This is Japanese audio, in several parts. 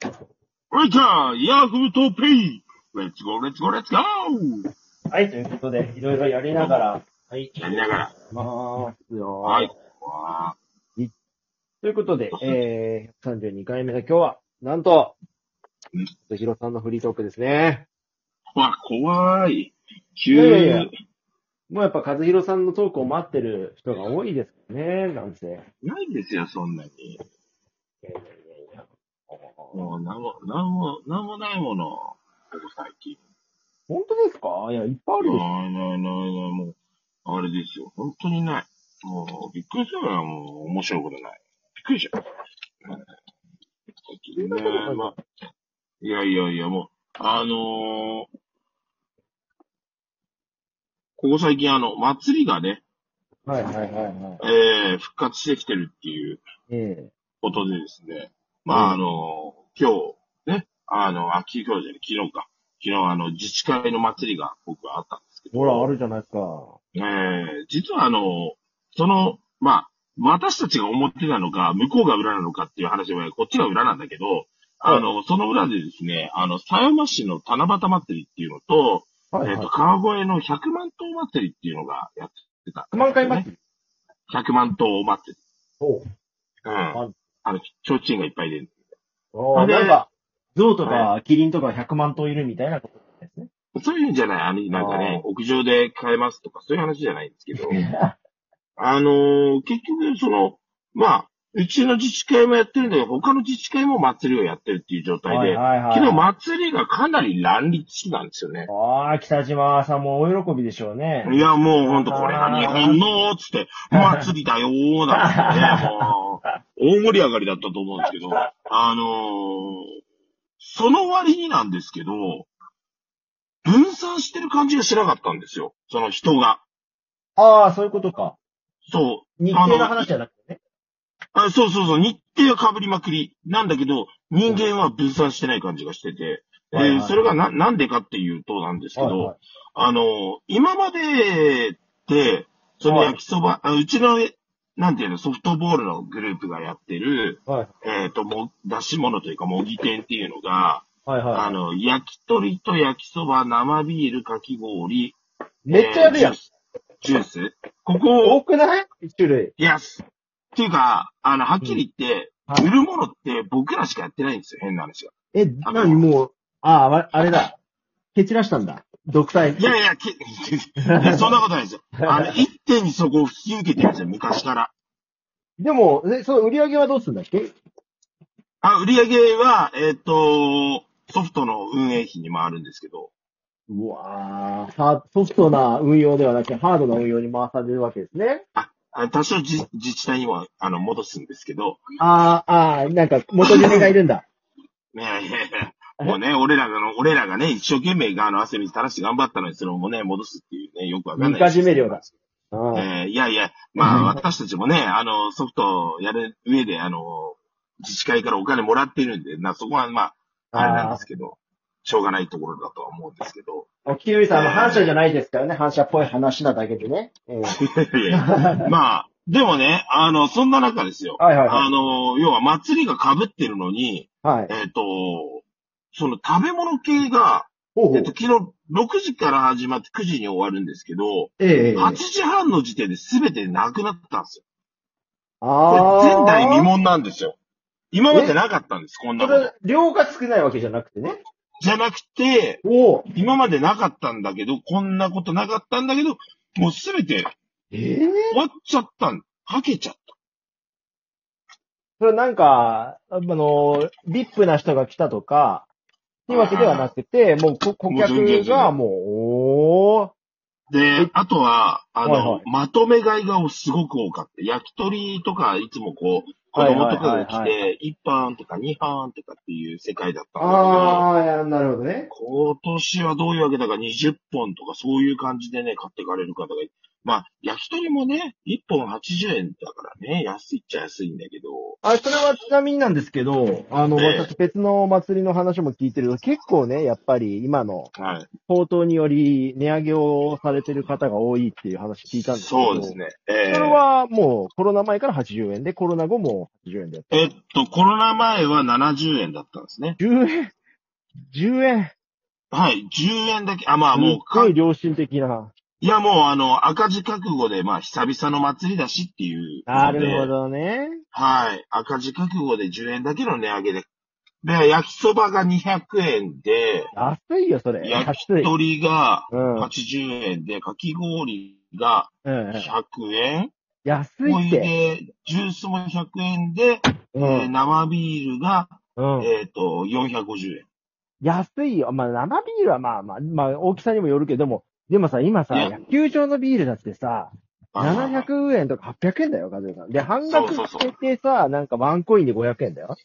ライター、ヤフーとペイレッツゴー、レッツゴー、レッツゴーはい、ということで、いろいろやりながら、はい、やりながら。ますよ。はい。わということで、えー、132回目の今日は、なんとうん、ひろさんのフリートークですね。ーわ、怖い。急いに。やいやいやもうやっぱ、和弘さんのトークを待ってる人が多いですね、なんせ。いやいないですよ、そんなに。やいやいや。もう、なんも、なんも、なんもないもの。ここ最近。本当ですかいや、いっぱいあるでしょ。ないないないない、もう、あれですよ。本当にない。もう、びっくりしたから、もう、面白いことない。びっくりしちゃう。んなことないねえまあいやいやいや、もう、あのーここ最近あの、祭りがね、はいはいはいはい。えー、復活してきてるっていうええことでですね、まああのー今日、ね、あの、あ、今日じゃない、昨日か。昨日あの、自治会の祭りが僕はあったんですけど、ほら、あるじゃないですか。えー、実はあの、その、まあ、私たちが表なのか、向こうが裏なのかっていう話は、こっちが裏なんだけど、あの、その裏でですね、あの、狭山市の七夕祭りっていうのと、はいえっ、はいと、。川越の百万頭祭りっていうのがやってた、 100万回待ってる。百万頭祭そり。うん。あの、提灯がいっぱい出る。う。あでなんか、象とかキリンとか100万頭いるみたいなことですね。そういうんじゃない、あの、なんかね、屋上で買えますとか、そういう話じゃないんですけ ど、あのー結局、その、まあ、うちの自治会もやってるんだけど、他の自治会も祭りをやってるっていう状態で、はいはいはい。昨日祭りがかなり乱立してたんですよね。ああ、北島さんも大喜びでしょうね。いや、もうほんとこれが日本の、つって、祭りだよー、なんてね、もう、大盛り上がりだったと思うんですけど、あのーその割になんですけど、分散してる感じがしなかったんですよ。その人が。ああ、そういうことか。そう。日程の話じゃなくてね。あそうそうそう、日程は被りまくりなんだけど、人間は分散してない感じがしてて、えはいはいーそれがな、なんでかっていうとなんですけど、はいはいあの、今までって、そのはい焼きそば、あうちの、なんていうの、ソフトボールのグループがやってる、はいえっ、と、も、出し物というか、模擬店っていうのが、はいあはの、焼き鳥と焼きそば、生ビール、かき氷、い。めっちゃやるやんえー。ジュースジュースここを、多くない一種類。いや、すっていうか、あの、はっきり言って、うんはい売るものって僕らしかやってないんですよ、変な話が。え、あなにもう、ああわ、あれだ。蹴散らしたんだ。独裁。いやいや、け いやそんなことないですよ。あの、一点にそこを引き受けてるんですよ、昔から。 でも、えその売り上げはどうすんだっけあ、売り上げは、えっ、と、ソフトの運営費に回るんですけど、うわーハーソフトな運用ではなくて、ハードな運用に回されるわけですね。あ多少自自治体にもあの戻すんですけど、ああ、ああ、なんか、元締めがいるんだ。 ねえ、いやいやもうね、俺らがの、俺らがね、一生懸命があの汗水垂らして頑張ったのに、それをもうね、戻すっていうね、よくわかんない。みかじめ料だ。ああえーいやいや、まあ、私たちもね、あの、ソフトをやる上で、あの、自治会からお金もらってるんで、な、そこはまあ、あれなんですけど、しょうがないところだとは思うんですけ ど、おきゅういさん、あの、反射じゃないですからね。反射っぽい話なだけでね。ええいやいやまあ、でもね、あの、そんな中ですよ。はいはいあはの、要は祭りが被ってるのに、い。はい。えっ、と、その食べ物系が、ほうほえっ、うと、。昨日6時から始まって9時に終わるんですけど、ええええ8時半の時点で全てなくなったんですよ。あこあ。れ前代未聞なんですよ。今までなかったんです、こんなそこれとは。、量が少ないわけじゃなくてね。じゃなくて、おお。今までなかったんだけど、こんなことなかったんだけど、もう全てええ終わっちゃったん。はけちゃった。それはなんか、あの、ビップな人が来たとか、っていうわけではなくて、もうこ顧もう全然客全が然もう、おお。でえ、あとは、あの、はいはいまとめ買いがすごく多かった。焼き鳥とか、いつもこう、子供とかが来はいはて、1班とか2班とかっていう世界だったんだけど、ああ、なるほどね。今年はどういうわけだか20本とかそういう感じでね、買ってかれる方がいる。まあ、焼き鳥もね、1本80円だからね、安いっちゃ安いんだけど、あ、それはちなみになんですけど、あの、ええ私別のお祭りの話も聞いてると、結構ね、やっぱり今のはい。高騰により値上げをされてる方が多いっていう話聞いたんですけど。そうですね。えそれーはもうコロナ前から80円で、コロナ後も80円でやってえっと、コロナ前は70円だったんですね。る。10円10円。はい、10円だけ、あ、まあもう、すっかごいい良心的な。やもうあの、赤字覚悟で、まあ久々の祭りだしっていうので。なるほどね。はい。赤字覚悟で10円だけの値上げで。で、焼きそばが200円で、安いよ、それ。焼き安い。鳥がうん。うん80円で、かき氷がうん。 100円、安お湯いって。で、ジュースも100円で、えうーん。生ビールが、うん。えっ、と、450円。安いよ。まあ、生ビールはまあまあ、まあ、大きさにもよるけど、でも、でもさ、今さ、いや野球場のビールだってさ、700円とか800円だよ、カズさん。で、半額そうそうそうつけてさ、なんかワンコインで500円だよ。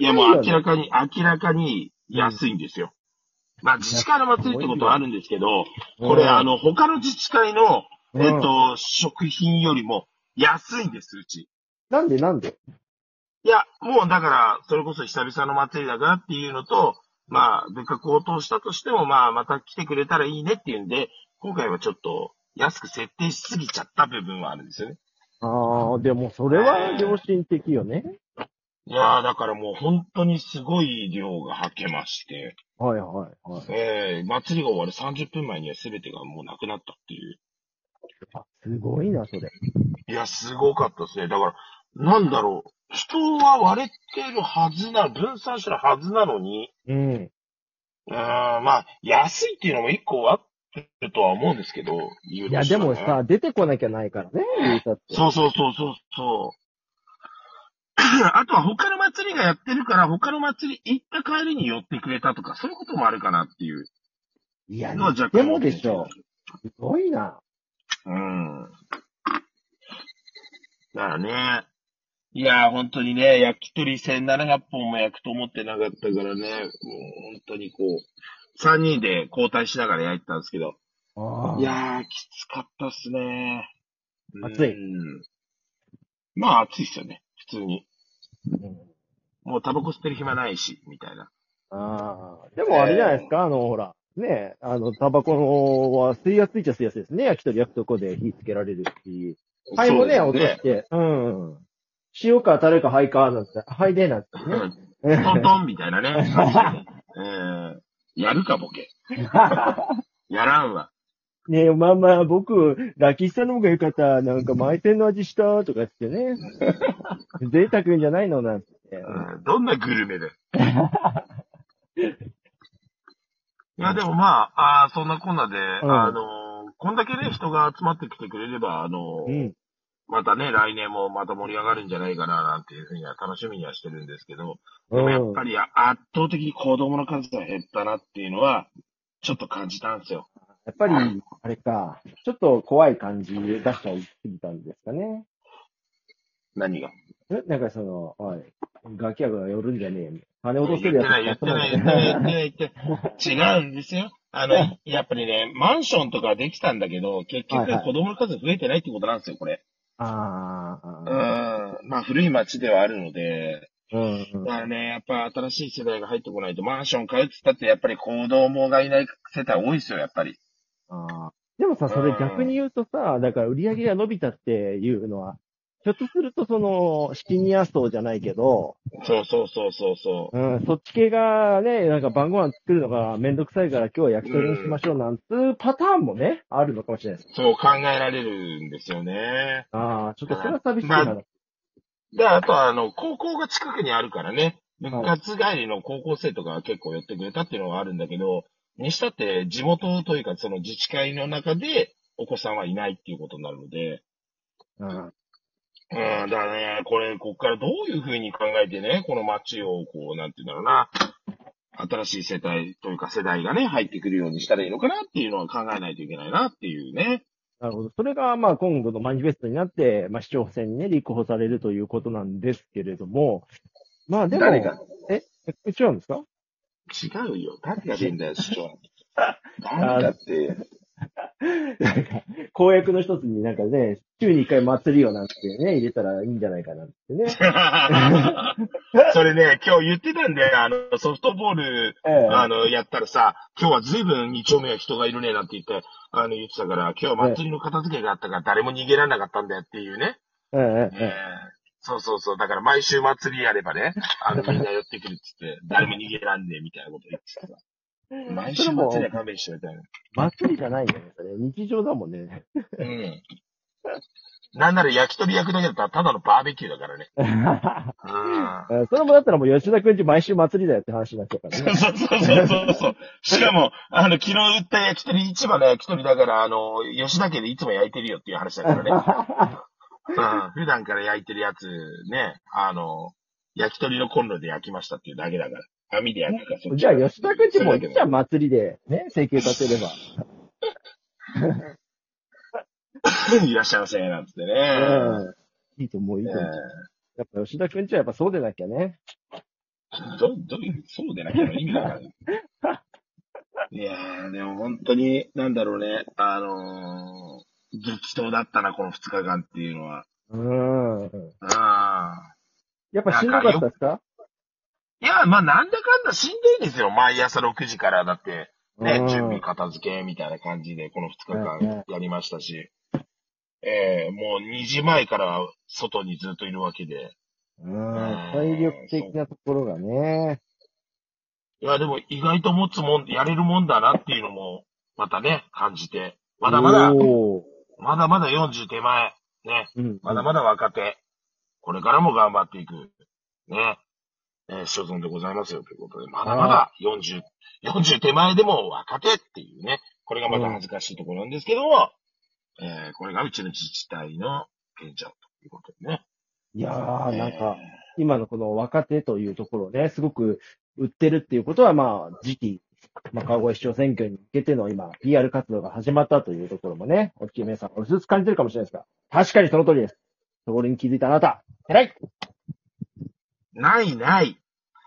いや、もう明高いよらねかに、明らかに安いんですよ。まあ、自治会の祭りってことはあるんですけど、これ、あ、の、他の自治会の、うんえっ、、と、食品よりも安いんです、うち。なんでなんでいや、もうだから、それこそ久々の祭りだからっていうのと、まあ、物価高騰したとしても、まあ、また来てくれたらいいねっていうんで、今回はちょっと安く設定しすぎちゃった部分はあるんですよね。ああ、でもそれは良心的よね。いやー、だからもう本当にすごい量が吐けまして、はいはいはい。えー、祭りが終わる30分前には全てがもうなくなったっていう。あすごいな、それ。いや、すごかったですね。だから、なんだろう。人は割れてるはずな、分散してるはずなのに、うん。うーんまあ、安いっていうのも一個あるとは思うんですけど、理由いとや、してではねも、さ、出てこなきゃないからね、言うたって。そうそうそうそうそう。あとは他の祭りがやってるから、他の祭り行った帰りに寄ってくれたとか、そういうこともあるかなっていういや、のは若干。でもでしょ。すごいな。うん。だからね。いやー、本当にね、焼き鳥1700本も焼くと思ってなかったからね、もう本当にこう、3人で交代しながら焼いてたんですけど、ああいやー、きつかったっすね。暑いうん。まあ、暑いっすよね。普通に。うんもうタバコ吸ってる暇ないし、みたいな。ああ。でもあれじゃないですか、あの、ほら。ねえ、あの、タバコのは水圧ついちゃ水圧ですね。焼き鳥焼くとこで火つけられるし。灰もね、そう落とでし。て。うん。塩か当たるか灰か、なんて、灰でなんてうね。んトントンみたいなね。感じで ねえーやるか、ボケ。やらんわ。ねえ、まあまあ、僕、ラキスタの方が良かった。なんか、マイの味した、とか言って ね。贅沢んじゃないのなんて。うんどんなグルメだよ。いや、でもまあ、あーそんなこんなで、あのーこんだけね、人が集まってきてくれれば、あのうーん。またね、来年もまた盛り上がるんじゃないかな、なんていうふうには楽しみにはしてるんですけど、でもやっうんぱ。り圧倒的に子供の数が減ったなっていうのは、ちょっと感じたんですよ。やっぱり、あれか。ちょっと怖い感じ出しちゃいすぎたんですかね。何が。えなんかその、おい、ガキヤが寄るんじゃねえよ。金落言とってせるやつない、言ってない、言ってない、言ってない、言ってない。違うんですよ。あの、やっぱりね、マンションとかできたんだけど、結局はいはい子供の数増えてないってことなんですよ、これ。 あうーあん。まあ古い町ではあるので、ー、うんうんだからね、やっぱ新しい世代が入ってこないと、マンション買うって言ったって、やっぱり子供がいない世帯多いですよ、やっぱり。あー。でもさ、それ逆に言うとさ、だから売り上げが伸びたっていうのは、ひょっとするとその、シニア層じゃないけど、そうそうそうそうそう。うん、そっち系がね、なんか晩ご飯作るのがめんどくさいから今日は焼き鳥にしましょうなんつうパターンもね、あるのかもしれないです。そう考えられるんですよね。ああ、ちょっとそれは寂しいな。で、あとは、あの、高校が近くにあるからね、部活帰りの高校生とかが結構寄ってくれたっていうのはあるんだけど、にしたって地元というかその自治会の中でお子さんはいないっていうことになるので、うん、うんだからね、これ、こっからどういうふうに考えてね、この街をこう、なんていうんだろうな、新しい世代というか世代がね、入ってくるようにしたらいいのかなっていうのは考えないといけないなっていうね。なるほど。それが、まあ、今度のマニフェストになって、まあ、市長補選にね、立候補されるということなんですけれども、まあ、でも、誰がえ違うんですか違うよ。誰が出んだよ、市長。誰だって。なんか、公約の一つになんかね、週に一回祭りをなんてね、入れたらいいんじゃないかなってね。 それね、今日言ってたんで、あの、ソフトボール、えあの、やったらさ、今日は随分二丁目は人がいるね、なんて言って、あの、言ってたから、今日は祭りの片付けがあったから誰も逃げられなかったんだよっていうね。えええええーそうそうそう。だから毎週祭りやればね、あの、みんな寄ってくるっつって、誰も逃げらんねえみたいなこと言ってた。毎週祭りは勘弁してみたいな。祭りじゃないんだよね、それ。日常だもんね。うん。なんなら焼き鳥焼くだけだったらただのバーベキューだからね。うん。えーそれもだったらもう吉田くんち毎週祭りだよって話になっちゃうからね。 そうそうそうそうそう。しかも、あの、昨日売った焼き鳥、市場の焼き鳥だから、あの、吉田家でいつも焼いてるよっていう話だから ね。うん。普段から焼いてるやつ、ね、あの、焼き鳥のコンロで焼きましたっていうだけだから。網で焼くか、そっちじゃあ吉田くんちもそれだけじゃあ祭りでね、請求立てれば。だいらっしゃいませ、なんつってね。うん。いいと思う、いいえと思う。やっぱ吉田くんちはやっぱそうでなきゃね。ーど、どういう、そうでなきゃ意味が ない。いやー、でも本当に、なんだろうね、あのー激闘だったな、この2日間っていうのは。うん。うん。やっぱしんどかったですかいや、まあ、なんだかんだしんどいですよ。毎朝6時から、だって、ねう、ん準備片付けみたいな感じで、この2日間やりましたし、ええもう2時前から外にずっといるわけで。うん。体力的なところがね。いや、でも意外と持つもん、やれるもんだなっていうのも、またね、感じて。まだまだ、おーまだまだ40手前、ね、うん。まだまだ若手、これからも頑張っていく、ね、えー所存でございますよということで、まだまだ40、40手前でも若手っていうね、これがまた恥ずかしいところなんですけども、えーこれがうちの自治体の現状ということでね。いえやー、ーなんか、今のこの若手というところをね、すごく売ってるっていうことは、まあ、次期、まあ、川越市長選挙に向けての今、PR 活動が始まったというところもね、お聞きの皆さん、おずつ感じてるかもしれないですが、確かにその通りです。そこに気づいたあなた、偉いないない。